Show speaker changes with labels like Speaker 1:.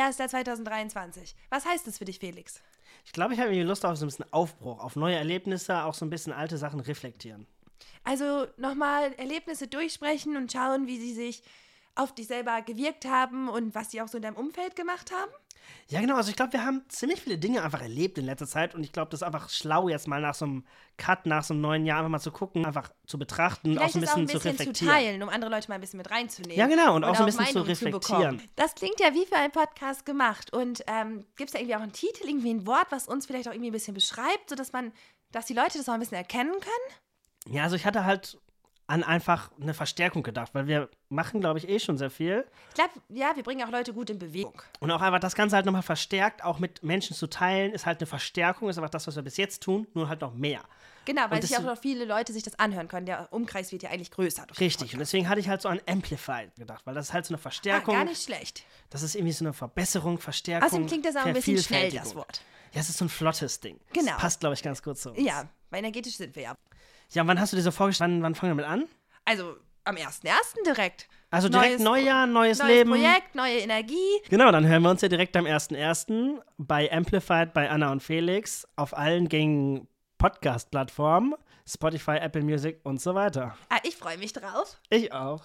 Speaker 1: 1.1.2023. Was heißt das für dich, Felix?
Speaker 2: Ich glaube, ich habe irgendwie Lust auf so ein bisschen Aufbruch, auf neue Erlebnisse, auch so ein bisschen alte Sachen reflektieren.
Speaker 1: Also nochmal Erlebnisse durchsprechen und schauen, wie sie sich auf dich selber gewirkt haben und was sie auch so in deinem Umfeld gemacht haben.
Speaker 2: Ja, genau. Also ich glaube, wir haben ziemlich viele Dinge einfach erlebt in letzter Zeit und ich glaube, das ist einfach schlau, jetzt mal nach so einem Cut, nach so einem neuen Jahr einfach mal zu gucken, einfach zu betrachten,
Speaker 1: Vielleicht
Speaker 2: auch so ein
Speaker 1: ist auch
Speaker 2: bisschen,
Speaker 1: ein bisschen
Speaker 2: zu
Speaker 1: zu,
Speaker 2: reflektieren.
Speaker 1: teilen, um andere Leute mal ein bisschen mit reinzunehmen.
Speaker 2: Ja, genau, und auch so ein bisschen zu
Speaker 1: Meinungen
Speaker 2: reflektieren.
Speaker 1: bekommen. das klingt ja wie für einen Podcast gemacht. Und ähm, gibt es da irgendwie auch einen Titel, irgendwie ein Wort, was uns vielleicht auch irgendwie ein bisschen beschreibt, sodass man, dass die Leute das auch ein bisschen erkennen können?
Speaker 2: Ja, also ich hatte halt an einfach eine Verstärkung gedacht, weil wir machen, glaube ich, eh schon sehr viel.
Speaker 1: Ich glaube, ja, wir bringen auch Leute gut in Bewegung.
Speaker 2: Und auch einfach das Ganze halt nochmal verstärkt, auch mit Menschen zu teilen, ist halt eine Verstärkung, ist einfach das, was wir bis jetzt tun, nur halt noch mehr.
Speaker 1: Genau, weil
Speaker 2: Und
Speaker 1: sich auch
Speaker 2: das-
Speaker 1: noch viele Leute sich das anhören können. Der Umkreis wird ja eigentlich größer. durch den
Speaker 2: Richtig. Und deswegen hatte ich halt so an Amplified gedacht, weil das ist halt so eine
Speaker 1: Oh Ah,
Speaker 2: Verstärkung.
Speaker 1: gar nicht schlecht.
Speaker 2: Das ist irgendwie so eine Verbesserung, Verstärkung.
Speaker 1: Außerdem klingt das auch ein bisschen schnell, das
Speaker 2: Vervielfältigung.
Speaker 1: Wort.
Speaker 2: Ja, es ist so ein flottes Ding.
Speaker 1: Genau.
Speaker 2: Das passt, glaube ich, ganz gut so.
Speaker 1: Ja, weil energetisch sind wir ja.
Speaker 2: Ja, und wann hast du dir so vorgestellt, wann, wann fangen wir damit an?
Speaker 1: Also am 1.1. direkt.
Speaker 2: Also direkt
Speaker 1: Neues-
Speaker 2: Neujahr, neues,
Speaker 1: neues
Speaker 2: Leben.
Speaker 1: Projekt, neue Energie.
Speaker 2: Genau, dann hören wir uns ja direkt am 1.1. bei Amplified bei Anna und Felix auf allen gängigen Podcast-Plattformen, Spotify, Apple Music und so weiter.
Speaker 1: Ah, ich freue mich drauf.
Speaker 2: Ich auch.